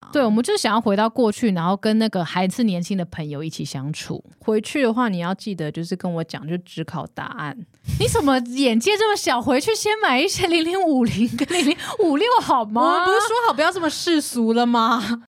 啊对，我们就是想要回到过去，然后跟那个还是年轻的朋友一起相处。回去的话，你要记得就是跟我讲，就只考答案。 你怎么眼界这么小？回去先买一些零零五零跟零零五六好我吗？们不是说好不要这么世俗了吗？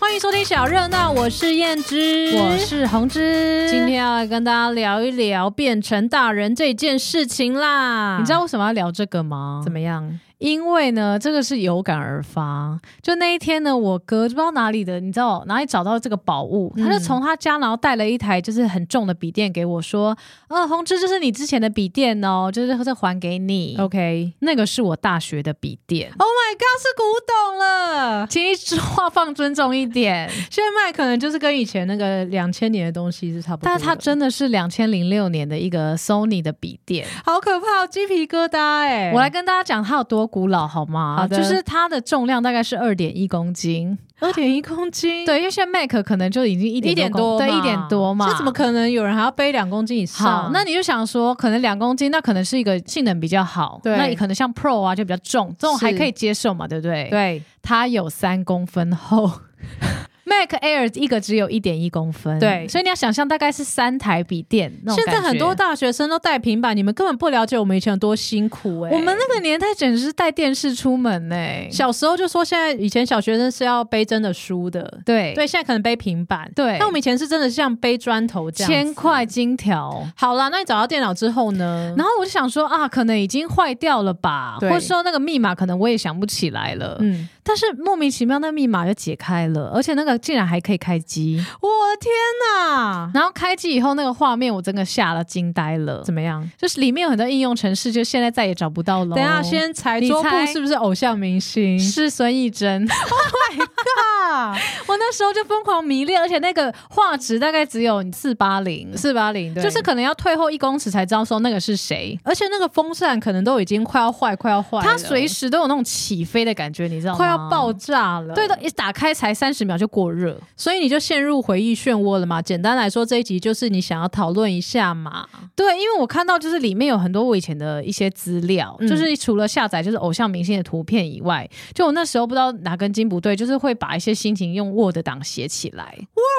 欢迎收听小热闹，我是燕之，我是红之今今天天要来跟大家聊一聊变成大人这件事情啦。你知道为什么要聊这个吗？怎么样？因为呢，这个是有感而发。就那一天呢，我哥不知道哪里的，你知道哪里找到这个宝物，嗯他就从他家然后带了一台就是很重的笔电给我，说：“呃，红之，这是你之前的笔电哦，就是这还给你。 OK，那个是我大学的笔电。 Oh my god，是古董了！请你 说话放尊重一点，现在卖可能就是跟以前那个两千年的东西是差不多的，但是它真的是两千零六年的一个 Sony 的笔电，好可怕，鸡皮疙瘩哎、我来跟大家讲它有多古老好吗？好的就是它的重量大概是二点一公斤，二点一公斤，，对，因为现在 Mac 可能就已经一一点多公，多嘛，对，一点多嘛，这怎么可能啊有人还要背两公斤以上？好，那你就想说，可能两公斤，那可能是一个性能比较好，对那你可能像 Pro 啊就比较重，这种还是可以接受嘛，对不对？，对，它有三公分厚 ，Mac Air 一个只有一点一公分，对所以你要想象大概是三台笔电那种现在感觉很多。大学生都带平板，你们根本不了解我们以前有多辛苦哎、我们那个年代简直是带电视出门呢、小时候就说，现在以前小学生是要背真的书的，对对，现在可能背平板，对那我们以前是真的像背砖头这样，千。块金条，好啦，那你找到电脑之后呢？然后我就想说啊，可能已经坏掉了吧，或对者说那个密码可能我也想不起来了。嗯，但是莫名其妙那密码就解开了，而且那个竟然还可以开机。我的天哪！然后开机以后那个画面我真的吓了惊呆了怎，么样？就是里面有很多应用程式，就现在再也找不到了。等一下先踩你桌布猜是不是偶像明星？是孙艺珍，啊，我那时候就疯狂迷恋，而且那个画质大概只有四八零，四八零对，就是。可能要退后一公尺才知道说那个是谁。 而且那个风扇可能都已经快要坏，快要坏了，它随时都有那种起飞的感觉，你知道吗？快要爆炸了。对的，一打开才三十秒就过热。所以你就陷入回忆漩涡了嘛。简单来说，这一集就是你想要讨论一下嘛。对，因为我看到就是里面有很多我以前的一些资料，嗯就是除了下载就是偶像明星的图片以外，就我那时候不知道哪根筋不对，就是会把一些心情用 Word 档写起来。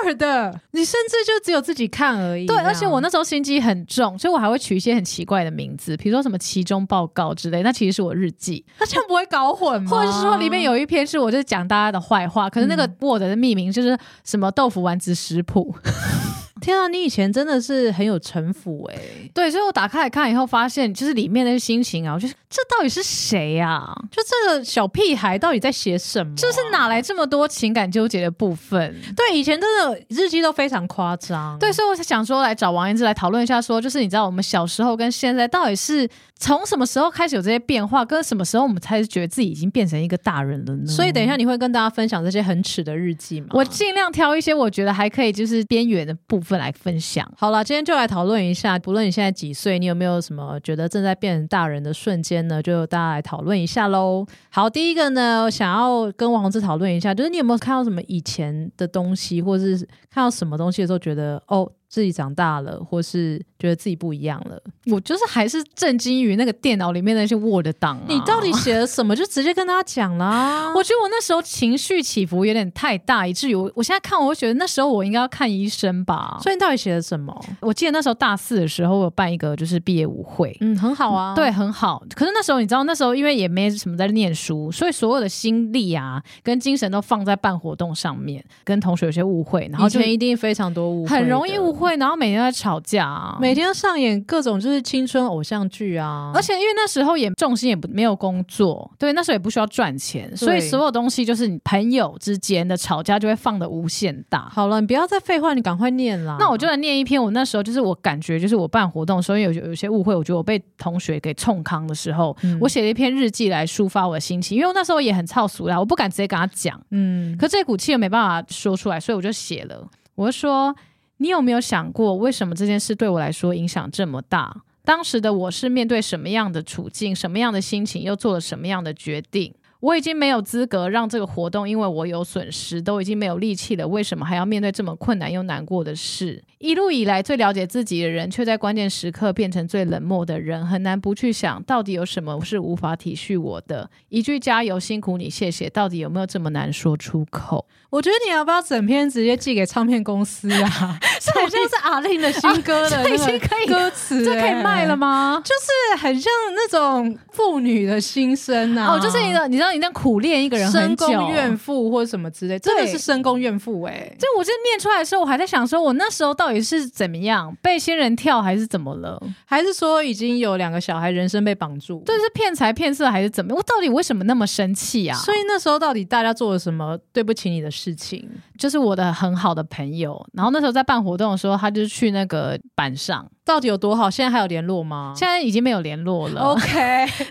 二的，你甚至就只有自己看而已。啊对，而且我那时候心机很重，所以我还会取一些很奇怪的名字，比如说什么期中报告之类，那其实是我日记，那这样不会搞混吗？或者是说里面有一篇是我就是讲大家的坏话，可是那个 Word 的命名就是什么豆腐丸子食谱。 天啊，你以前真的是很有城府哎、对，所以我打开来看以后，发现就是里面那些心情啊，我就是这到底是谁啊？就这个小屁孩到底在写什么、啊就是？哪来这么多情感纠结的部分？对，以前真的日记都非常夸张。对，所以我才想说来找王燕之来讨论一下说就是你知道我们小时候跟现在到底是从什么时候开始有这些变化，跟什么时候我们才觉得自己已经变成一个大人了呢？嗯所以等一下你会跟大家分享这些很耻的日记吗？我尽量挑一些我觉得还可以就是边缘的部分来分享。好了，今天就来讨论一下，不论你现在几岁，你有没有什么觉得正在变成大人的瞬间呢？就大家来讨论一下喽。好，第一个呢，想要跟王宏志讨论一下，就是你有没有看到什么以前的东西，或是看到什么东西的时候，觉得哦自己长大了，或是觉得自己不一样了？我就是还是震惊于那个电脑里面的那些 Word 档、啊你到底？写了什么？就直接跟大家讲啦。我觉得我那时候情绪起伏有点太大，以至于我我现在看我会觉得那时候我应该要看医生吧。所以你到底写了什么？我记得那时候大四的时候，我有办一个就是毕业舞会。嗯，很好啊。对，，很好。可是那时候你知道，那时候因为也没什么在念书，所以所有的心力啊跟精神都放在办活动上面，跟同学有些误会，然然后后以就前一定非常多误会，很容易误。会，然后每天在吵架、啊。每天上演各种就是青春偶像剧啊，而且因为那时候也重心也不没有工作，对，那时候也不需要赚钱，所以所有东西就是你朋友之间的吵架就会放的无限大。好了，你不要再废话，你赶快念啦。那我就来念一篇，我那时候就是我感觉就是我办活动的时候有有有些误会，我觉得我被同学给冲康的时候，嗯我写了一篇日记来抒发我的心情，因为我那时候也很操俗啦，我不敢直接跟他讲，嗯，可这股气又没办法说出来，所以我就写了，我就说你有没有想过，为什么这件事对我来说影响这么大？当时的我是面对什么样的处境，什么样的心情，又做了什么样的决定？我已经没有资格让这个活动因为我有损失，都已经没有力气了，为什么还要面对这么困难又难过的事？一路以来最了解自己的人，却在关键时刻变成最冷漠的人，很难不去想到底有什么是无法体恤我的。一句加油，辛苦你，谢谢，到底有没有这么难说出口？我觉得你要不要整篇直接寄给唱片公司 啊？这很像是阿令的新歌的啊那这已经个可以歌 词、这可以卖了吗？吗？就是很像那种妇女的心声啊！哦，就是一个，你知道你在苦练一个人很深久，宫怨妇或者什么之类，真的对是深宫怨妇哎、就我就念出来的时候，我还在想说，我那时候到底是怎么样被仙人跳，还是怎么了？还是说已经有两个小孩人生被绑住？这是骗财骗色还是怎么样？我到底为什么那么生气啊？所以那时候到底大家做了什么对不起你的事情？就是我的很好的朋友，然后那时候在办活动的时候，他就去那个板上，到底有多好？现在还有联络吗？现在已经没有联络了。哦 OK，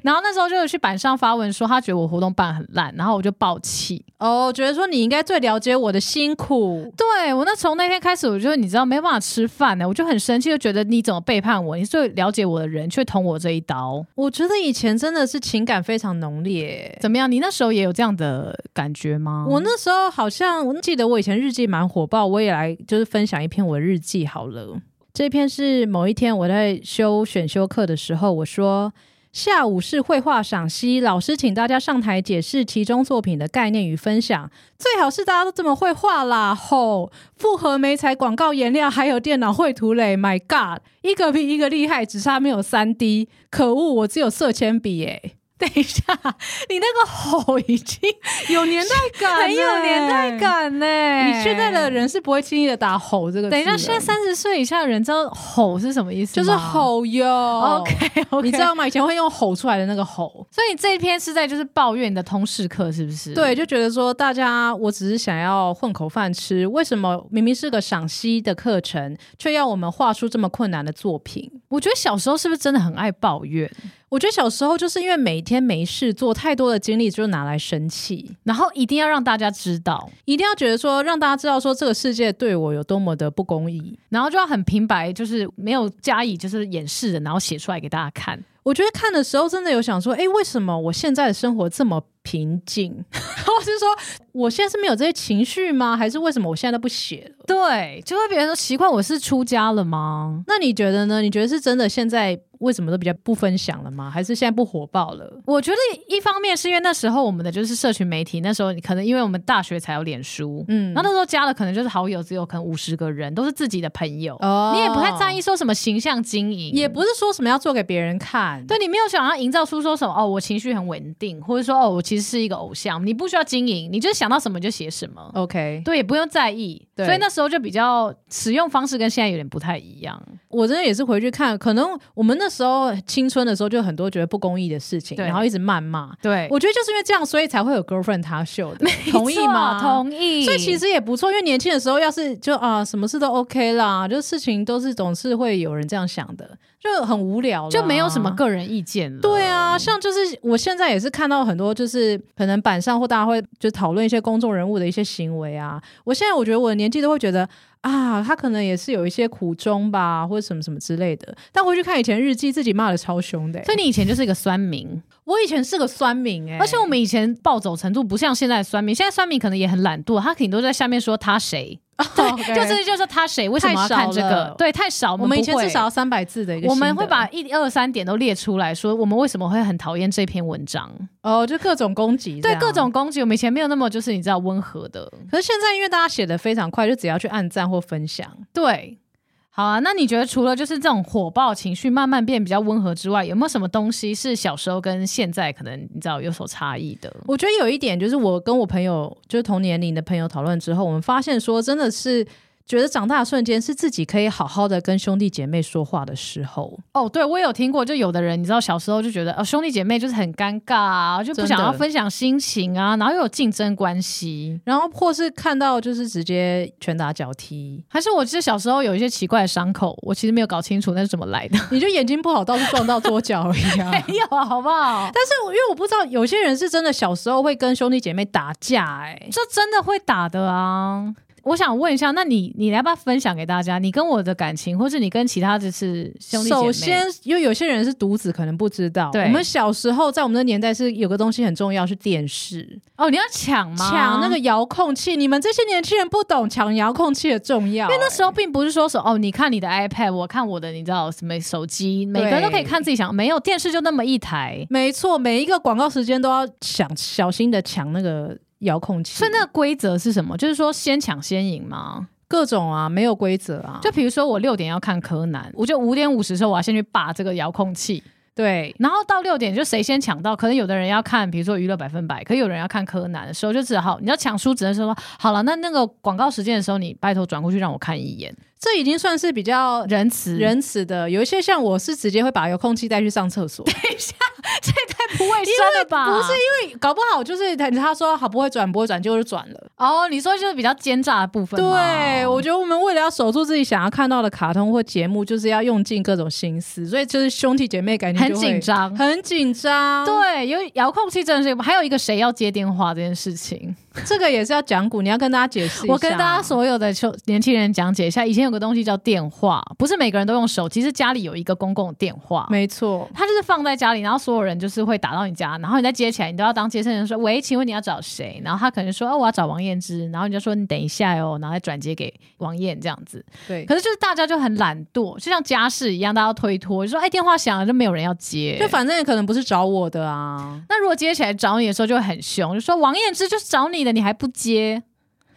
然后那时候就有去板上发文说，他觉得我活动办很烂，然后我就爆气。哦，觉得说你应该最了解我的辛苦。对我那从那天开始，我就你知道没办法吃饭呢、我就很生气，就觉得你怎么背叛我？你最了解我的人却捅我这一刀，我觉得以前真的是情感非常浓烈。欸怎么样？你那时候也有这样的感觉吗？我那时候好像我记得我以前日记蛮火爆，我也来就是分享一篇我的日记好了。这篇是某一天我在修选修课的时候，我说下午是绘画赏析，老师请大家上台解释其中作品的概念与分享，最好是大家都这么会画啦！吼，复合媒材、广告颜料还有电脑绘图嘞，My God，一个比一个厉害，只差没有三 D，可恶，我只有色铅笔耶、 等一下，你那个吼已经有年代感很有年代感呢、你现在的人是不会轻易的打“吼”这个字的。等一下，现在三十岁以下的人知道吼是什么意思就吗是。吼哟。 OK OK，你知道吗？以前会用吼出来的那个吼。所以你这一篇是在就是抱怨你的通识课是不是？对，，就觉得说大家，我只是想要混口饭吃，为什么明明是个赏析的课程，却要我们画出这么困难的作品？我觉得小时候是不是真的很爱抱怨，我觉得小时候就是因为每天没事做，太多的精力就拿来生气，然后一定要让大家知道，一定要觉得说让大家知道说这个世界对我有多么的不公义。然后就要很平白，就是没有加以就是掩饰的，然后写出来给大家看。我觉得看的时候真的有想说，哎，为什么我现在的生活这么平静？ 或是说我现在是没有这些情绪吗？还是为什么我现在都不写了？对，就会别人说奇怪，我是出家了吗？那你觉得呢？你觉得是真的现在为什么都比较不分享了吗？还是现在不火爆了？我觉得一方面是因为那时候我们的就是社群媒体，那时候你可能因为我们大学才有脸书，嗯然后那时候加的可能就是好友，只有可能五十个人，都是自己的朋友，哦你也不太在意，说什么形象经营，也不是说什么要做给别人看，对你没有想要营造出说什么哦，我情绪很稳定，或者说哦，我其实是一个偶像，你不需要经营，你就是想到什么就写什么。 ，OK。对，也不用在意，对所以那时候就比较使用方式跟现在有点不太一样。我真的也是回去看，可能我们那时候青春的时候就很多觉得不公义的事情，对然后一直谩骂。对我觉得就是因为这样，所以才会有 girlfriend 他秀的，同意吗？啊同意。所以其实也不错，因为年轻的时候要是就啊、什么事都 OK 啦，就事情都是总是会有人这样想的，就很无聊啦，就没有什么个人意见了。对啊，像就是我现在也是看到很多，就是可能板上或大家会就讨论一些公众人物的一些行为啊。我现在我觉得我的年纪都会觉得啊，他可能也是有一些苦衷吧，或者什么什么之类的。但回去看以前日记，自己骂的超凶的欸、所以你以前就是一个酸民，我以前是个酸民哎、而且我们以前暴走程度不像现在的酸民，现在酸民可能也很懒惰，他顶多在下面说他谁， 对 就是就是说他谁为什么要看这太少了个？对，太少。我们以前不会至少要三百字的一个心得，我们会把一二三点都列出来说，我们为什么会很讨厌这篇文章？哦，就各种攻击这对样，各种攻击，我们以前没有那么就是你知道温和的。可是现在因为大家写的非常快，就只要去按赞或分享。对，好啊。那你觉得除了就是这种火爆情绪慢慢变比较温和之外，有没有什么东西是小时候跟现在可能你知道有所差异的？我觉得有一点就是，我跟我朋友就是同年龄的朋友讨论之后，我们发现说，真的是觉得长大的瞬间是自己可以好好的跟兄弟姐妹说话的时候。哦，对，我有听过，就有的人你知道小时候就觉得哦兄弟姐妹就是很尴尬啊，就不想要真的分享心情啊，然后又有竞争关系。然后或是看到就是直接拳打脚 踢，还是我其实小时候有一些奇怪的伤口，我其实没有搞清楚那是怎么来的，你就眼睛不好，到处撞到桌角而已啊。但 没有啊，好不好？是我因为我不知道，有些人是真的小时候会跟兄弟姐妹打架、欸，哎，这真的会打的啊！我想问一下，那你你来不要分享给大家，你跟我的感情，或是你跟其他的是兄弟姐妹？首先，因为有些人是独子，可能不知道。对我们小时候在我们的年代是有个东西很重要，是电视，哦，你要抢吗？抢那个遥控器。你们这些年轻人不懂抢遥控器的重要、啊因为那时候并不是说说哦，你看你的 iPad，我看我的，你知道什么手机，每个人都可以看自己想，没有电视就那么一台，没错，每一个广告时间都要想小心的抢那个遥控器，所以那个规则是什么？就是说先抢先赢吗？各种啊，没有规则啊，就比如说我六点要看柯南，我就五点五十的时候我要先去霸这个遥控器，对。然后到六点就谁先抢到，可能有的人要看，比如说娱乐百分百，可有人要看柯南的时候，就只好你要抢书，只能说好了，那那个广告时间的时候，你拜托转过去让我看一眼，这已经算是比较仁慈，仁慈的，有一些像我是直接会把遥控器带去上厕所，这也太不卫生了吧？不是因 为搞不好就是他他说好不会转不会转，结果就转了。哦，你说就是比较奸诈的部分吗，对，我觉得我们为了要守住自己想要看到的卡通或节目，就是要用尽各种心思，所以就是兄弟姐妹感情很就会紧，张。很紧张。，对，有遥控器真的是，还有一个谁要接电话这件事情，这个也是要讲古，你要跟大家解释一 下。我跟大家所有的就年轻人讲解一下，以前有个东西叫电话，不是每个人都用手机，是家里有一个公共的电话，没错，它就是放在家里，然后所有人就是会打到你家，然后你再接起来，你都要当接线人说：“喂，请问你要找谁？”然后他可能说：“哦，我要找王燕之。”然后你就说：“你等一下哟、然后再转接给王燕这样子。对，可是就是大家就很懒惰，就像家事一样，大家都推脱，就说：“哎，电话响了就没有人要接。”就反正也可能不是找我的啊。那如果接起来找你的时候就会很凶，就说王燕之就是找你的，你还不接，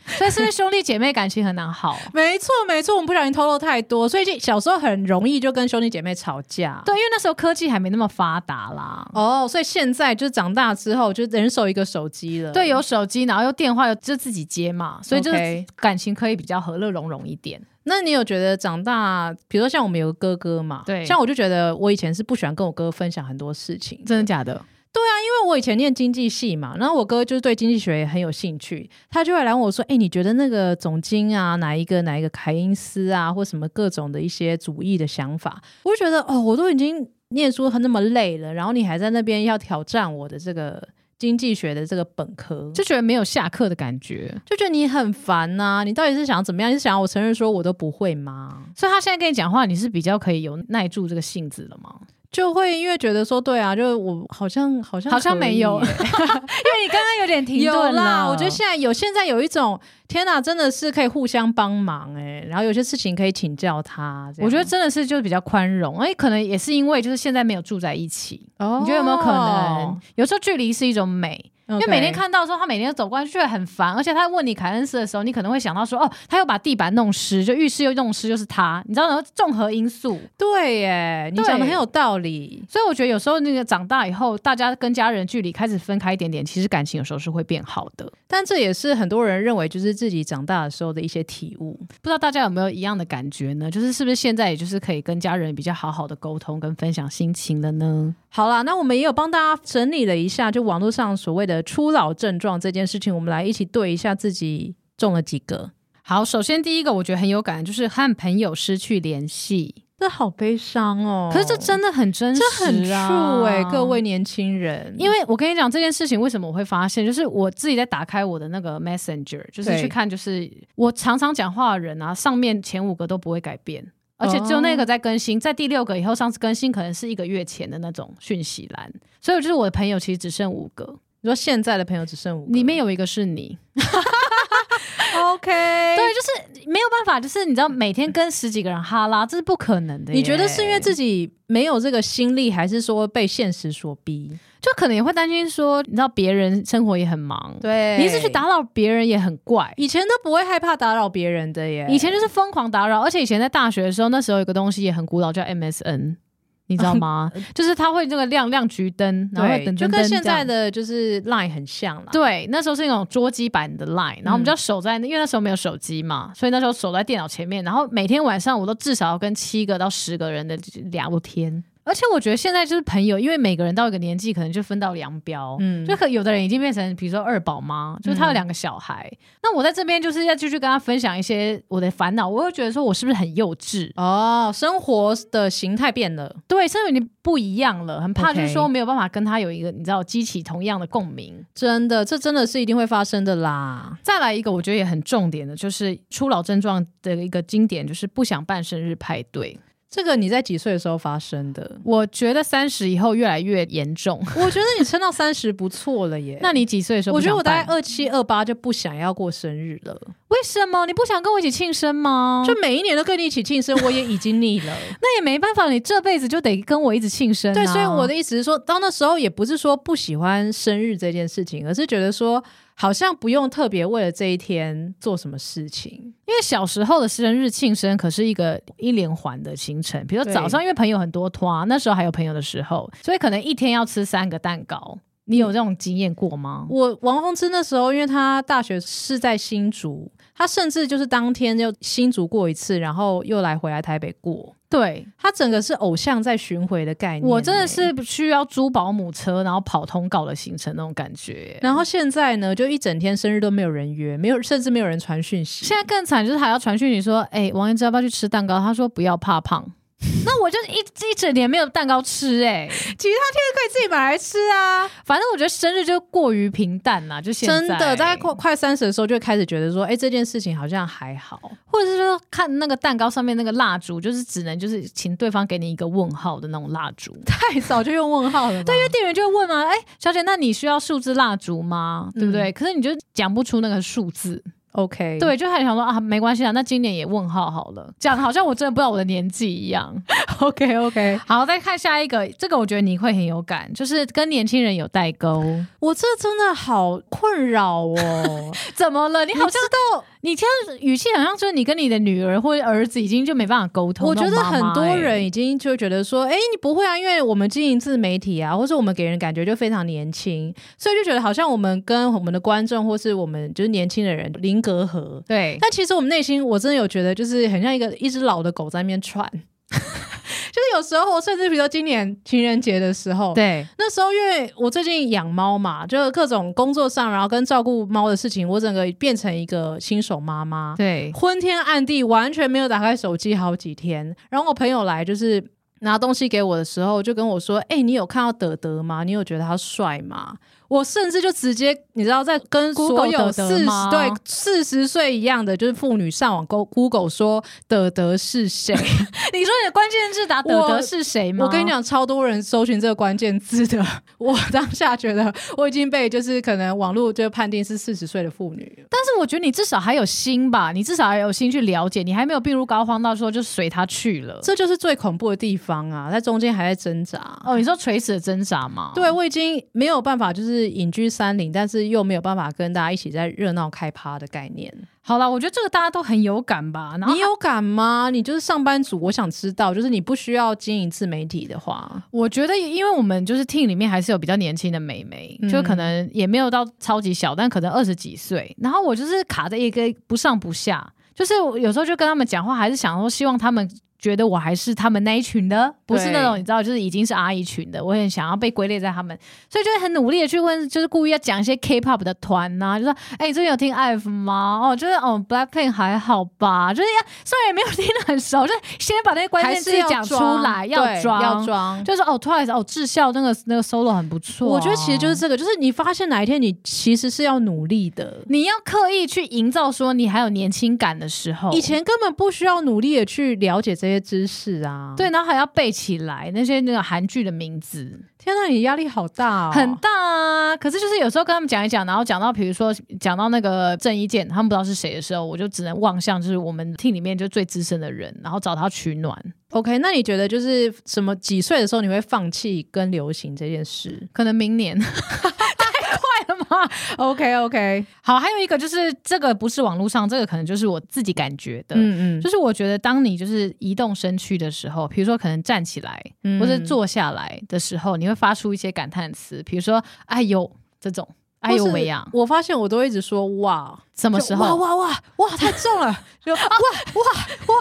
所以是不是兄弟姐妹感情很难好？没错，没错，我们不小心透露太多，所以就小时候很容易就跟兄弟姐妹吵架。对，因为那时候科技还没那么发达啦。哦，所以现在就是长大之后，就人手一个手机了。对，有手机，然后又电话，又就自己接嘛，所以就是 OK 感情可以比较和乐融融一点。那你有觉得长大，比如说像我们有个哥哥嘛，对像我就觉得我以前是不喜欢跟我哥分享很多事情，真的假的？因为我以前念经济系嘛，然后我哥就是对经济学也很有兴趣，他就会来问我说：“哎、你觉得那个总经啊，哪一个哪一个凯因斯啊，或什么各种的一些主义的想法？”我就觉得哦，我都已经念书那么累了，然后你还在那边要挑战我的这个经济学的这个本科，就就觉得没有下课的感觉。就觉得你很烦呐、你到底是想要怎么样？你是想要我承认说我都不会吗？所以他现在跟你讲话，你是比较可以有耐住这个性子了吗？就会因为觉得说，对啊，就是我好像好像好像可以没有因耶为你刚刚有点停有顿啦。了我觉得现在有现在有一种天哪，真的是可以互相帮忙哎、然后有些事情可以请教他。这样我觉得真的是就是比较宽容，哎，可能也是因为就是现在没有住在一起，哦你觉得有哦没有可能？？有时候距离是一种美，因为每天 OK 看到的时候，他每天走过去就会很烦，而且他问你凯恩斯的时候，你可能会想到说，哦，他又把地板弄湿，就浴室又弄湿，就是他，你知道，然后综合因素。对耶，你对讲的很有道理。所以我觉得有时候那个长大以后，大家跟家人距离开始分开一点点，其实感情有时候是会变好的。但这也是很多人认为就是自己长大的时候的一些体悟。不知道大家有没有一样的感觉呢？就是是不是现在也就是可以跟家人比较好好的沟通跟分享心情了呢？好啦，那我们也有帮大家整理了一下，就网络上所谓的初老症状这件事情，我们来一起对一下自己中了几个。好，首先第一个我觉得很有感，就是和朋友失去联系，这好悲伤哦！可是这真的很真实、这很啊， true 哎、各位年轻人，因为为我跟你讲这件事情，为什么我会发现，就是我自己在打开我的那个 Messenger，就是对去看，就是我常常讲话的人啊，上面前五个都不会改变，而且只有那个在更新，在第六个以后，上次更新可能是一个月前的那种讯息栏，所以就是我的朋友其实只剩五个，你说现在的朋友只剩五个，里面有一个是你， OK，对，对，就是没有办法，就是你知道每天跟十几个人哈拉，这是不可能的耶。你觉得是因为自己没有这个心力，还是说被现实所逼？就可能也会担心说，你知道别人生活也很忙，对你你一一直直去去打，打扰别人也很怪。以前都不会害怕打扰别人的耶，以前就是疯狂打扰，而且以前在大学的时候，那时候有个东西也很古老，叫 MSN，你知道吗？就是它会那个亮亮橘灯，然后会对，等就跟现在的。的就是 Line 很像啦。对，那时候是那种桌机版的 Line，然后我们嗯就要守在，因为那时候没有手机嘛，所以那时候守在电脑前面，然后每天晚上我都至少要跟七个到十个人的聊天。而且我觉得现在就是朋友，因为每个人到一个年纪，可能就分道扬镳。嗯就可有的人已经变成，比如说二宝妈，就是她有嗯两个小孩。那我在这边就是要继续跟她分享一些我的烦恼，我会觉得说我是不是很幼稚？哦，生活的形态变了，对，甚至已经不一样了，很怕 OK 就是说没有办法跟她有一个你知道激起同样的共鸣。真的，这真的是一定会发生的啦。再来一个，我觉得也很重点的，就是初老症状的一个经典，就是不想办生日派对。这个你在几岁的时候发生的？我觉得三十以后越来越严重。我觉得你撑到三十不错了耶。那你几岁的时候我不觉想办？得我大概二七二八就不想要过生日了，为什么你不想跟我一起庆生吗？就每一年都跟你一起庆生，我也已经腻了。那也没办法，你这辈子就得跟我一直庆生、啊。对，所以我的哦意思是说，到那时候也不是说不喜欢生日这件事情，而是觉得说好像不用特别为了这一天做什么事情。因为小时候的生日庆生可是一个一连环的行程，比如说对早上因为朋友很多团，那时候还有朋友的时候，所以可能一天要吃三个蛋糕。你有这种经验过吗？我王宏之那时候，因为他大学是在新竹，他甚至就是当天就新竹过一次，然后又来回来台北过。对他整个是偶像在巡回的概念、我真的欸是需要租保姆车，然后跑通告的行程那种感觉。然后现在呢，就一整天生日都没有人约，没有甚至没有人传讯息。现在更惨，就是还要传讯你说，哎、王彦之要不要去吃蛋糕？他说不要，怕胖。 那我就一一整年没有蛋糕吃、哎，其他天可以自己买来吃啊。反正我觉得生日就过于平淡啦，就现在真的，大概快快三十的时候就会开始觉得说，哎、这件事情好像还好。或者是说看那个蛋糕上面那个蜡烛，就是只能就是请对方给你一个问号的那种蜡 烛。太早就用问号了吧，对，因为店员就会问嘛，哎、小姐，那你需要数字蜡烛吗？对不对？嗯可是你就讲不出那个数字， OK，对，就还想说啊，没关系啊，那今年也问号好了，讲得好像我真的不知道我的年纪一 样。 ，OK OK，好，再看下一个，这个我觉得你会很有感，就是跟年轻人有代沟。我这真的好困扰 哦。怎么了？你好像知道，你这样语气好像就是你跟你的女儿或者儿子已经就没办法沟通。我觉那得种妈妈很多欸人已经就觉得说，哎、你不会啊，因为我们经营自媒体啊，或是我们给人感觉就非常年轻，所以就觉得好像我们跟我们的观众或是我们就是年轻的人零隔阂。对，但其实我们内心，我真的有觉得，就是很像一个一只老的狗在那边喘。 就是有时候，甚至比如说今年情人节的时候，对，那时候因为我最近养猫嘛，就是各种工作上，然后跟照顾猫的事情，我整个变成一个新手妈妈，对，昏天暗地，完全没有打开手机好几天。然后我朋友来就是拿东西给我的时候，就跟我说：“哎、你有看到德德吗？你有觉得他帅吗？”我甚至就直接，你知道，在跟 Google 所有德四德十吗对四十岁一样的就是妇女上网 Go Google 说德德是谁？你说你的关键字打德我德是谁吗？我跟你，讲，超多人搜寻这个关键字的。 我当下觉得我已经被就是可能网络就判定是四十岁的妇女了。但是我觉得你至少还有心吧，你至少还有心去了解，你还没有病入膏肓到说就随他去了。这就是最恐怖的地方啊，在中间还在挣扎。哦，你说垂死的挣扎吗？对，我已经没有办法，就是隐居山林，但是又没有办法跟大家一起在热闹开趴的概念。好了，我觉得这个大家都很有感吧。然后你有感吗？你就是上班族，我想知道，就是你不需要经营自媒体的话，我觉得，因为我们就是 team 里面还是有比较年轻的妹妹，嗯就可能也没有到超级小，但可能二十几岁。然后我就是卡在一个不上不下，就是我有时候就跟他们讲话，还是想说希望他们觉得我还是他们那一群的，不是那种对你知道，就是已经是阿姨群的。我很想要被归类在他们，所以就会很努力的去问，就是故意要讲一些 K-pop 的团呐、就说哎、你最近有听 IVE 吗？哦，就是哦，Blackpink 还好吧，就是要虽然也没有听得很熟，就是先把那些关还键字是要讲出装来，对装，要装。就是哦，Twice 哦，智孝那个那个 solo 很不错啊、我觉得其实就是这个，就是你发现哪一天你其实是要努力的，你要刻意去营造说你还有年轻感的时候，以前根本不需要努力的去了解这些知识啊。对，，然后还要背起来那些那个韩剧的名字，天哪，你压力好大、哦，很大啊。可是就是有时候跟他们讲一讲，然后讲到比如说讲到那个郑伊健，他们不知道是谁的时候，我就只能望向就是我们 team 里面就最资深的人，然后找他取暖。 OK。那你觉得就是什么几岁的时候你会放弃跟流行这件事可能明年。 太快了吗？ ？OK OK，好，还有一个就是这个不是网络上，这个可能就是我自己感觉的，嗯嗯，就是我觉得，当你就是移动身躯的时候，比如说可能站起来嗯或者坐下来的时候，你会发出一些感叹词，比如说“哎呦”这种。哎呦或是喂呀，我发现我都一直说哇，什么就时哇候？哇哇哇太重了，就哇哇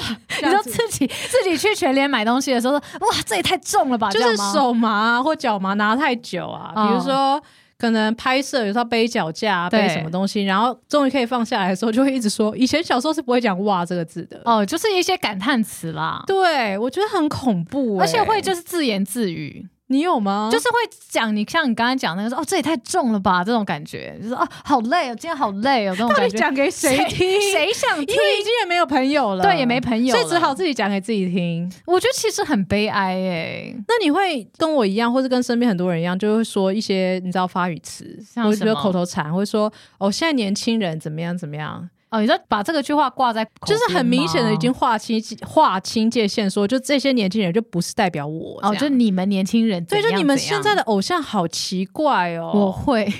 哇，你你说自己 自己去全联买东西的时候说，哇，这也太重了吧，就这是样吗手麻啊或脚麻拿太久啊，比如嗯说。可能拍摄有时候背脚架啊、背对什么东西，然后终于可以放下来的时候，就会一直说。以前小时候是不会讲“哇”这个字的，哦，就是一些感叹词啦，对我觉得很恐怖、欸，而且会就是自言自语，你有吗？就是会讲你像你刚才讲那个说，哦，这也太重了吧，这种感觉，就是哦，好累哦，今天好累哦，这种到感底觉。讲给谁听？谁想因听？为已经也没有朋友了，对，也没朋友所了，以只好自己讲给自己听。我觉得其实很悲哀哎、那你会跟我一样，或是跟身边很多人一样，就会说一些你知道发语词，像我什觉得么口头禅，会说哦，现在年轻人怎么样怎么样，哦，你说把这个句话挂在口就边吗，是很明显的已经划清划清界限说，就这些年轻人就不是代表我哦，就你们年轻人所怎样以怎就样，你们现在的偶像好奇怪哦，我会，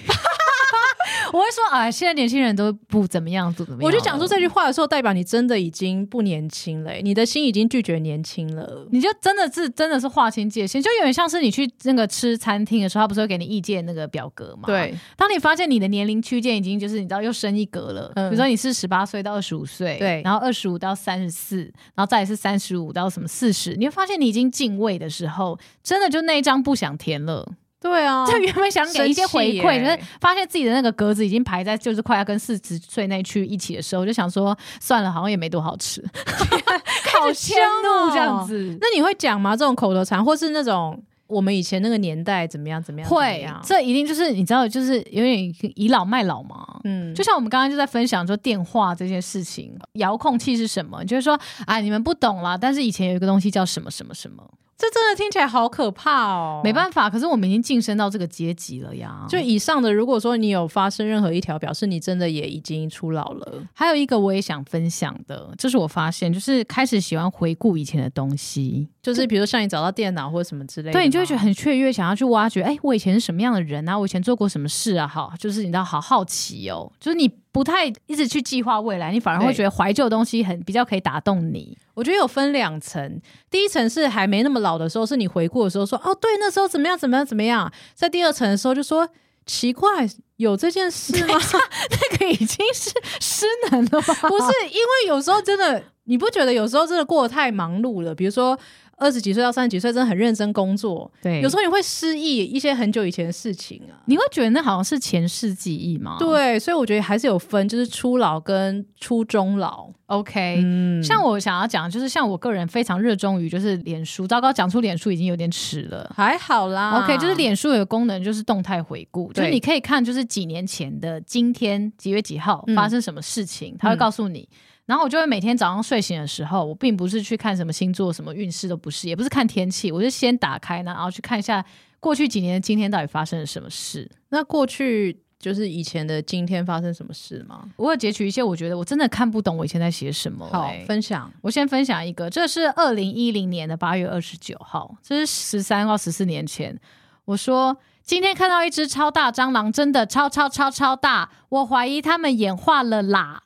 我会说啊，现在年轻人都不怎么样，不怎么样了。我就讲出这句话的时候，代表你真的已经不年轻了、欸你的心已经拒绝年轻了。你就真的是真的是划清界限，就有点像是你去那个吃餐厅的时候，他不是会给你意见那个表格吗？。对，当你发现你的年龄区间已经就是你知道又升一格了，嗯比如说你是十八岁到二十五岁，对然后二十五到三十四，然后再来是三十五到什么四十，你会发现你已经进位的时候，真的就那一张不想填了。对啊，就原本想给一些回生气馈，耶就是发现自己的那个格子已经排在就是快要跟四十岁那区一起的时候，我就想说算了，好像也没多好吃，好好 凶哦路这样。子。那你会讲吗？这种口头禅，或是那种我们以前那个年代怎么样怎么样？怎么会样，这一定就是你知道，就是有点倚老卖老嘛。嗯，就像我们刚刚就在分享说电话这件事情，遥控器是什么？就是说，哎，你们不懂啦。但是以前有一个东西叫什么什么什么，这真的听起来好可怕哦。没法，办法，可是我们已经晋升到这个阶级了呀。就以上的，如果说你有发生任何一条，表示你真的也已经初老了。还有一个我也想分享的，这是我发现，就是开始喜欢回顾以前的东西，就是比如像你找到电脑或什么之类的吗，对你就会觉得很雀跃，想要去挖掘，哎、我以前是什么样的人啊？我以前做过什么事啊？好，就是你知道，好好奇哦，就是你不太一直去计划未来，你反而会对觉得怀旧的东西很比较可以打动你。 我觉得有分两层，第一层是还没那么老的时候，是你回顾的时候说哦，对，那时候怎么样怎么样怎么样。在第二层的时候就说奇怪，有这件事吗？ 那个已经是失能了吧？不是，因为有时候真的，你不觉得有时候真的过得太忙碌了？比如说二十几岁到三十几岁，真的很认真工作，对，有有时时候你会失忆一些很久以前的事情啊候。你会觉得那好像是前世记忆吗？对，所以我觉得还是有分，就是初老跟初中老。 ，OK，嗯，像我想要讲，就是像我个人非常热衷于就是脸书，糟糕，讲出脸书已经有点迟了。还好啦 OK，就是脸书有个功能就是动态回顾，就是啊对你可以看就是几年前的今天几月几号嗯发生什么事情，它会告诉你。然后我就会每天早上睡醒的时候，我并不是去看什么星座、什么运势都不是，也不是看天气，我就先打开呢，然后去看一下过去几年的今天到底发生了什么事。那过去就是以前的今天发生什么事吗？我有截取一些我觉得我真的看不懂我以前在写什么、好欸，分 享。我先分享一个，这是二零一零年的八月二十九号，这是十三到十四年前。我说今天看到一只超大蟑螂，真的超超超超大，我怀疑它们演化了 啦。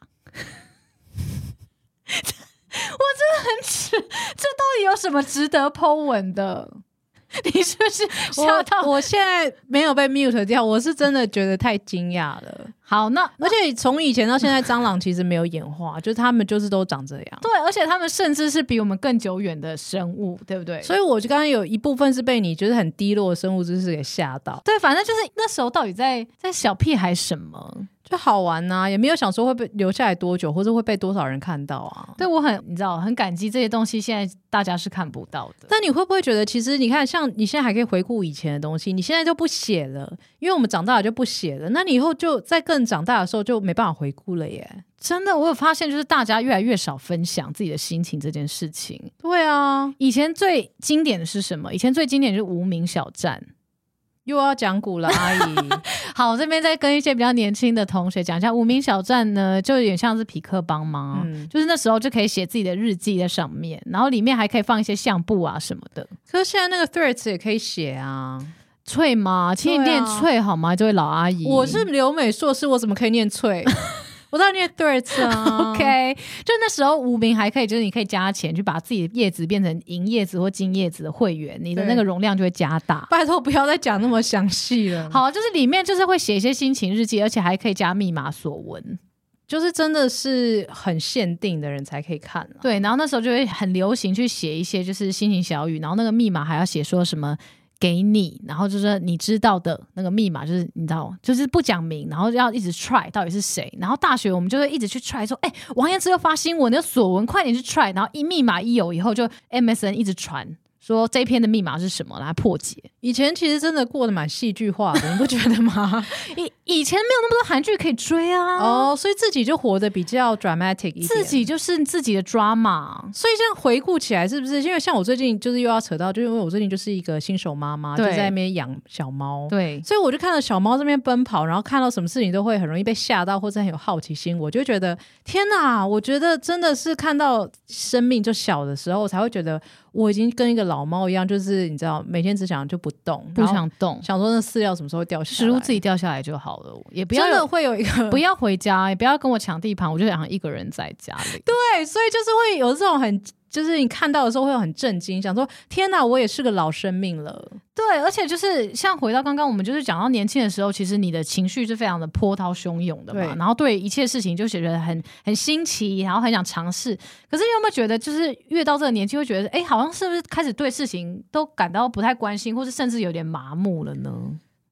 我真的很值，这到底有什么值得剖文的？ 你是不是吓到？我现在没有被 mute 掉，我是真的觉得太惊讶了。好，那而且从以前到现在，蟑螂其实没有演化， 就是它们就是都长这样。对，而且它们甚至是比我们更久远的生物，对不对？所以我就刚刚有一部分是被你就是很低落的生物知识给吓到，对，反正就是那时候到底在在小屁孩什么？就好玩呐、也没有想说会被留下来多久，或者会被多少人看到啊。对我很，你知道，很感激这些东西，现在大家是看不到的。那你会不会觉得，其实你看，像你现在还可以回顾以前的东西，你现在就不写了，因为我们长大了就不写了。那你以后就在更长大的时候就没办法回顾了耶。真的，我有发现，就是大家越来越少分享自己的心情这件事情。对啊，以前最经典的是什么？以前最经典就是无名小站。又要讲古了，阿姨。 好，这边再跟一些比较年轻的同学讲一下，无名小站呢，就有点像是匹克帮忙，嗯，就是那时候就可以写自己的日记在上面，然后里面还可以放一些相簿啊什么的。可是现在那个 threads 也可以写啊。翠吗？请你对啊念翠好吗？这位老阿姨， 我是留美硕士，我怎么可以念翠？我知道你也对次啊 OK，就那时候无名还可以，就是你可以加钱去把自己的叶子变成银叶子或金叶子的会员，你的那个对容量就会加大。拜托不要再讲那么详细了。，好，就是里面就是会写一些心情日记，而且还可以加密码锁文。就是真的是很限定的人才可以看啊了。对，然后那时候就会很流行去写一些就是心情小语，然后那个密码还要写说什么给你，然后就是你知道的那个密码，就是你知道，就是不讲明，然后要一直 try 到底是谁。然后大学我们就会一直去 try 说，哎、王彦之又发新闻，那索文快点去 try，然后一密码一有以后就 MSN 一直传。说这篇的密码是什么，来破解。以前其实真的过得蛮戏剧化的，你不觉 得吗？以以前没有那么多韩剧可以追啊，哦，所以自己就活得比较 dramatic 一点。自己就是自己的 drama，所以这样回顾起来，是不是因为像我最近就是又要扯到，就是因为我最近就是一个新手妈妈，就对在那边养小猫。对，所以我就看到小猫这边奔跑，然后看到什么事情都会很容易被吓到，或者很有好奇心。我就觉得天哪，我觉得真的是看到生命就小的时候，才会觉得我已经跟一个老猫一样，就是你知道，每天只想就不动，不然后想动，想说那饲料什么时候掉下来，食物自己掉下来就好了，也不要真有的会有一个不要回家，也不要跟我抢地盘，我就想一个人在家里。对，所以就是会有这种很。就是你看到的时候会很震惊，想说天哪，我也是个老生命了。对，而且就是像回到刚刚，我们就是讲到年轻的时候，其实你的情绪是非常的波涛汹涌的嘛，对然后对一切事情就觉得很很新奇，然后很想尝试。可是你有没有觉得，就是越到这个年纪，会觉得哎，好像是不是开始对事情都感到不太关心，或是甚至有点麻木了呢？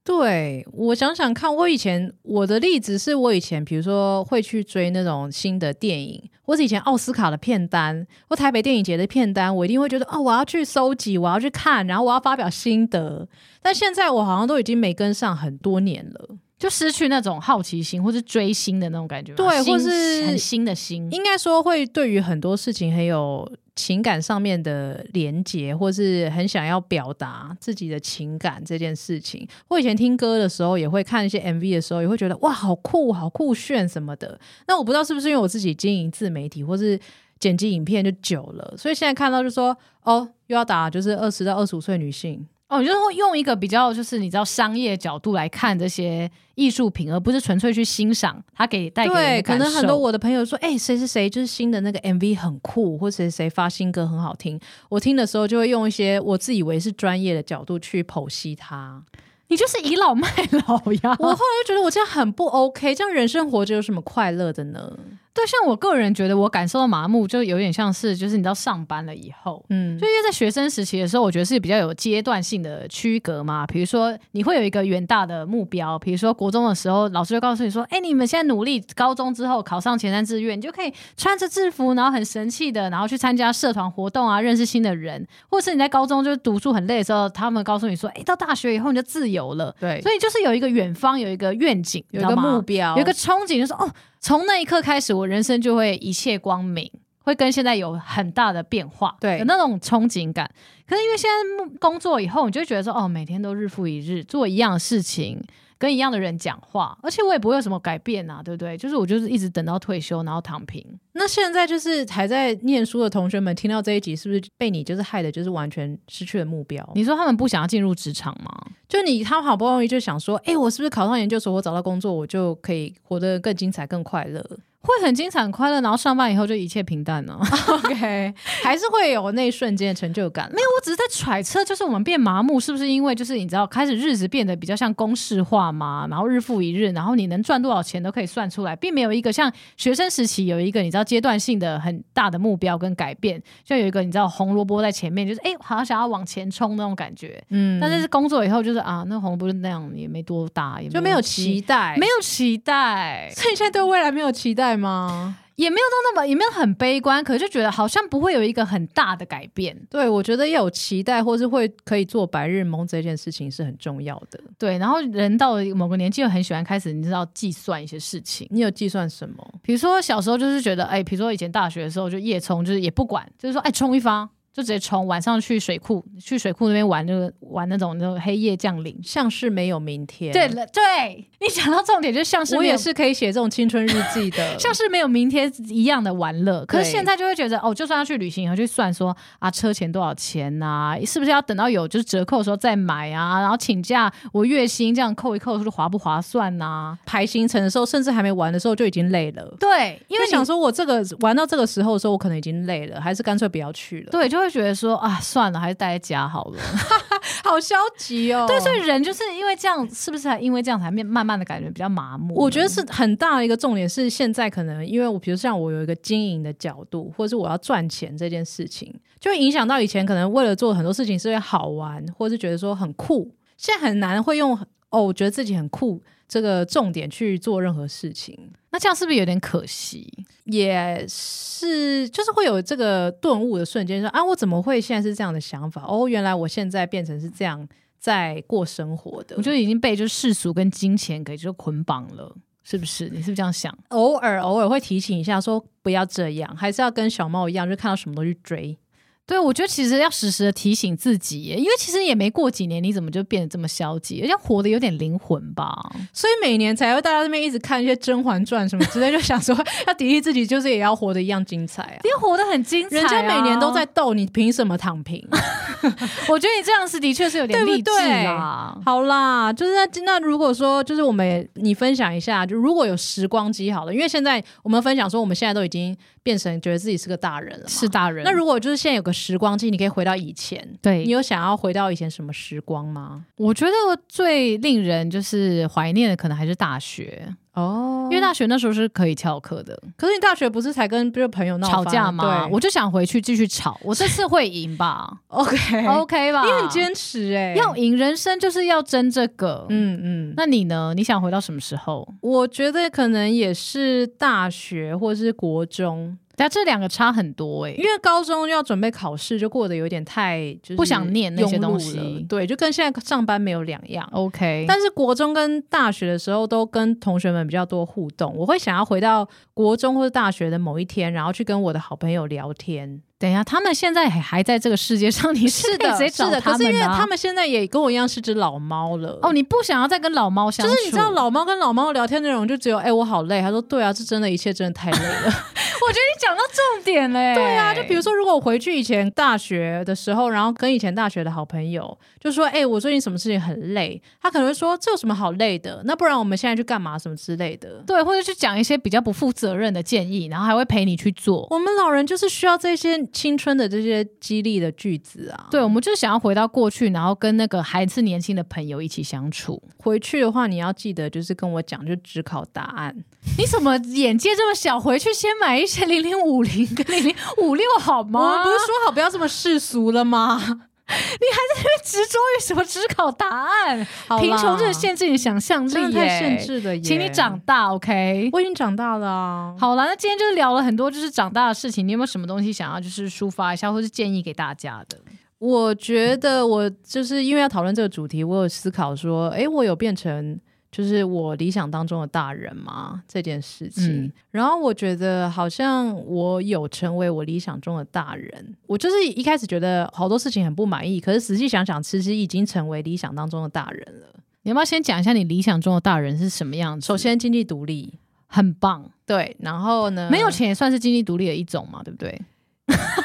对我想想看，我以前我的例子是我以前，比如说会去追那种新的电影，或是以前奥斯卡的片单，或台北电影节的片单，我一定会觉得哦，我要去搜集，我要去看，然后我要发表心得。但现在我好像都已经没跟上很多年了。就失去那种好奇心或是追星的那种感觉吗，对新或是很新的心。应该说会对于很多事情很有情感上面的连结，或是很想要表达自己的情感这件事情。我以前听歌的时候，也会看一些 MV 的时候，也会觉得哇，好酷，好酷炫什么的。那我不知道是不是因为我自己经营自媒体，或是。剪辑影片就久了，所以现在看到就说哦，又要打就是二十到二十五岁女性，哦，就是会用一个比较就是你知道商业角度来看这些艺术品，而不是纯粹去欣赏它给带给人对，的可感受。能很多我的朋友说，哎、谁谁谁就是新的那个 MV 很酷，或谁谁发新歌很好听。我听的时候就会用一些我自以为是专业的角度去剖析 它。你就是倚老卖老呀。我后来就觉得我这样很不 OK，这样人生活着有什么快乐的呢？对，像我个人觉得我感受到麻木，就有点像是就是你知道上班了以后。嗯就，因为在学生时期的时候，我觉得是比较有阶段性的区隔嘛。比如说，你会有一个远大的目标，比如说国中的时候，老师就告诉你说：“哎、你们现在努力，高中之后考上前三志愿，你就可以穿着制服，然后很神气的，然后去参加社团活动啊，认识新的人。”或是你在高中就是读书很累的时候，他们告诉你说：“哎、到大学以后你就自由了。”对所以就是有一个远方，有一个愿景，有一个标。目标，有一个憧憬，就是哦，从那一刻开始，我人生就会一切光明，会跟现在有很大的变化，对有那种憧憬感。可是因为现在工作以后，你就会觉得说，哦，每天都日复一日，做一样的事情，跟一样的人讲话，而且我也不会有什么改变啊，对不对？就是我就是一直等到退休，然后躺平。那现在就是还在念书的同学们，听到这一集是不是被你就是害的，就是完全失去了目标？你说他们不想要进入职场吗？就你他们好不容易就想说，哎、我是不是考上研究所，我找到工作，我就可以活得更精彩、更快乐？会很精彩、很快乐，然后上班以后就一切平淡呢、 OK，还 是会有那一瞬间的成就感。没有，我只是在揣测，就是我们变麻木，是不是因为就是你知道，开始日子变得比较像公式化嘛，然后日复一日，然后你能赚多少钱都可以算出来，并没有一个像学生时期有一个你知道阶段性的很大的目标跟改变，就有一个你知道红萝卜在前面，就是哎、好像想要往前冲那种感觉。嗯但是工作以后就是啊，那红萝卜就那样，也没多大，也就没有 期，待，没有期待，所以你现在对未来没有期待吗？也没有到那么，也没有很悲观，可是就觉得好像不会有一个很大的改变。对，我觉得要有期待，或是会可以做白日梦这件事情是很重要的。对，然后人到了某个年纪，又很喜欢开始，你知道计算一些事情。你有计算什么？比如说小时候就是觉得，哎，比如说以前大学的时候就夜冲，就是也不管，就是说哎冲一发，就直接冲晚上去水库，去水库那边玩那个玩那种那种黑夜降临。像是没有明天。对，了，对你讲到重点，就像是我没有也是可以写这种青春日记的，像是没有明天一样的玩乐。可是对现在就会觉得，哦，就算要去旅行，也会去算说啊，车钱多少钱呐、是不是要等到有就是折扣的时候再买啊？然后请假，我月薪这样扣一扣，是划不划算呐、排行程的时候，甚至还没玩的时候就已经累了。对，因为就想想说，我这个玩到这个时候的时候，我可能已经累了，还是干脆不要去了。，对，就会觉得说啊，算了，还是待在家好了。好消极哦。 对，所以人就是因为这样，是不是还因为这样才面慢慢的感觉比较麻木？我觉得是很大的一个重点，是现在可能因为我，比如像我有一个经营的角度，或者是我要赚钱这件事情，就会影响到以前可能为了做很多事情是会好玩，或是觉得说很酷，现在很难会用哦，我觉得自己很酷这个重点去做任何事情，那这样是不是有点可惜？也是就是会有这个顿悟的瞬间，说啊，我怎么会现在是这样的想法？哦，原来我现在变成是这样在过生活的。我觉得已经被就是世俗跟金钱给就捆绑了，是不是？你是不是这样想？偶尔偶尔会提醒一下，说不要这样，还是要跟小猫一样，就看到什么都去追。对，我觉得其实要时时的提醒自己耶，因为其实也没过几年，你怎么就变得这么消极，而且活得有点灵魂吧？所以每年才会大家这边一直看一些《甄嬛传》什么之类，就想说要砥砺自己，就是也要活得一样精彩 啊。因为活得很精彩、啊人家每年都在，斗，你凭什么躺 平？ 我觉得你这样是的确是有点对不励志对啦。好啦，就是那那如果说就是我们也你分享一下，就如果有时光机好了，因为现在我们分享说我们现在都已经变成觉得自己是个大人了嘛，是大人，那如果就是现在有个时光机，你可以回到以前，对你有想要回到以前什么时光吗？我觉得最令人就是怀念的，可能还是大学，哦因为大学那时候是可以翘课的，可是你大学不是才跟就是朋友闹吵翻啊架嘛，对我就想回去继续吵，我这次会赢 吧 OK，, ，OK 吧？因为你坚持哎、要赢，人生就是要争这个。嗯嗯，那那你呢？你想回到什么时候？我觉得可能也是大学或是国中，但这两个差很多哎、因为高中要准备考试，就过得有点太就是不想念那些庸碌东西了对，就跟现在上班没有两样。 OK，但是国中跟大学的时候都跟同学们比较多互动，我会想要回到国中或者大学的某一天，然后去跟我的好朋友聊天。等一下，他们现在还还在这个世界上，你可以直接是找的，可他是因们的为啊、他们现在也跟我一样是只老猫了。哦，你不想要再跟老猫相就处，是你知道，老猫跟老猫聊天内容就只有哎、我好累。他说对啊，这真的一切真的太累 了。我觉得你讲到重点欸嘞、对啊，就比如说，说如果我回去以前大学的时候，然后跟以前大学的好朋友就说哎、我最近什么事情很累，他可能会说这有什么好累的？那不然我们现在去干嘛什么之类的。对，或者去讲一些比较不负责任的建议，然后还会陪你去做。我们老人就是需要这些青春的这些激励的句子啊。对，我们就是想要回到过去，然后跟那个还是年轻的朋友一起相处。回去的话你要记得就是跟我讲，就只考答案。你怎么眼界这么小？回去先买一些零零五零跟零零五六好我们吗？不是说好不要这么世俗了吗？ 执着于什么只考答案， 好啦贫穷真的限制你的想象力、耶真的太限制了耶，请你长大，OK？我已经长大了啊。好了，那今天就是聊了很多就是长大的事情，你有没有什么东西想要就是抒发一下，或是建议给大家的？我觉得我就是因为要讨论这个主题，我有思考说，诶，我有变成就是我理想当中的大人吗？这件事情。嗯然后我觉得好像我有成为我理想中的大人。我就是一开始觉得好多事情很不满意，可是仔细想想，其实已经成为理想当中的大人了。你要不要先讲一下你理想中的大人是什么样子？首，先，经济独立。很棒，对，然后呢？没有钱也算是经济独立的一种嘛，对不对？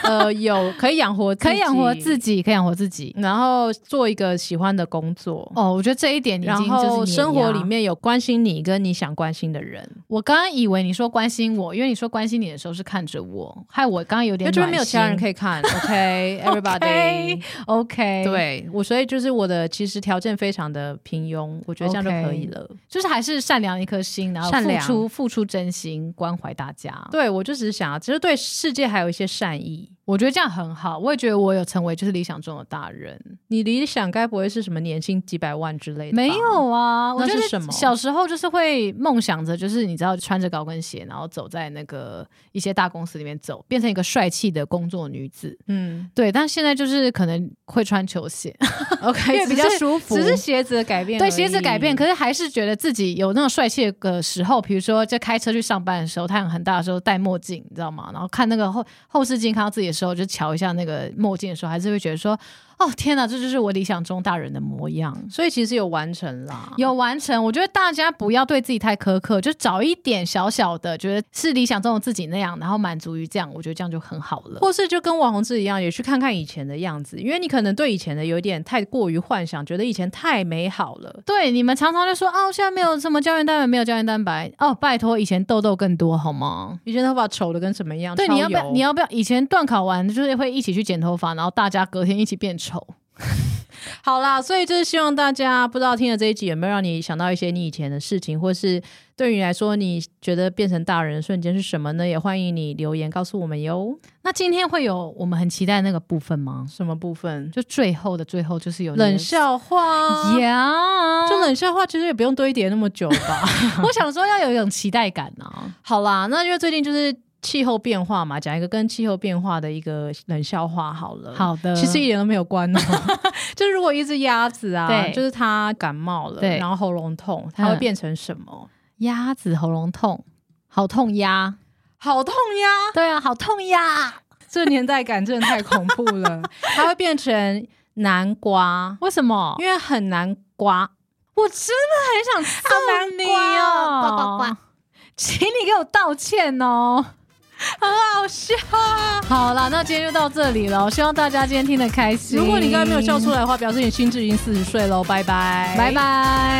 呃，有可以养活，可以养活自己，己，可以养活自己。然后做一个喜欢的工作。哦，我觉得这一点已经然就是后碾压生活里，面有关心你跟你想关心的人，我刚刚以为你说关心我，因为你说关心你的时候是看着我，害我刚刚有因点为这边没有其他人以。可以看。OK，everybody，、 OK，，对我，所以就是我的其实条件非常的平庸，我觉得这样就可以了。就是还是善良一颗心，然后善付良出付出真心，关怀大家。对我就只是想要，其实对世界还有一些善意。我觉得这样很好，我也觉得我有成为就是理想中的大人。你理想该不会是什么年薪几百万之类的吧？没有啊，我那觉是得什么小时候就是会梦想着，就是你知道穿着高跟鞋，然后走在那个一些大公司里面走，变成一个帅气的工作女子。嗯对，但现在就是可能会穿球鞋， ，OK，因为比较只是舒服只是鞋子的改变对而已，鞋子改变，可是还是觉得自己有那种帅气的时候，比如说在开车去上班的时候，太阳很大的时候戴墨镜，你知道吗？然后看那个后后视镜，看到自己的的时候，就瞧一下那个墨镜的时候，还是会觉得说，哦天哪，这就是我理想中大人的模样。所以其实有完成啦。有完成，我觉得大家不要对自己太苛刻，就找一点小小的，觉得是理想中的自己那样，然后满足于这样，我觉得这样就很好了。或是就跟王宏志一样，也去看看以前的样子，因为你可能对以前的有点太过于幻想，觉得以前太美好了。对，你们常常就说哦，现在没有什么胶原蛋白，没有胶原蛋白哦，拜托，以前痘痘更多好吗？以前头发丑的跟什么样？对，超你要不要？油你要不要？以前断考完就是会一起去剪头发，然后大家隔天一起变丑。好啦，所以就是希望大家不知道听了这一集有没有让你想到一些你以前的事情，或是对于你来说，你觉得变成大人的瞬间是什么呢？也欢迎你留言告诉我们哟。那今天会有我们很期待的那个部分吗？什么部分？就最后的最后，就是有冷笑话 呀就冷笑话，其实也不用堆叠那么久吧。我想说要有一种期待感啊。好啦，那因为最近就是气候变化嘛，讲一个跟气候变化的一个冷笑话好了。。好的，呃其实一点都没有 关哦，就是如果一只鸭子啊，对就是它感冒了，对然后喉咙痛，它会嗯变成什么？鸭子喉咙痛，好痛呀！好痛呀！对啊，好痛呀！这年代感真的太恐怖了， 它会变成南瓜，为什么？因为很难刮。我真的很想揍你哦！好难刮呱呱呱请你给我道歉 哦！很好笑。好啦，那今天就到这里了，希望大家今天听得开心。如果你刚才没有笑出，来的话，表示你心智已经四十岁喽。拜拜，拜。拜。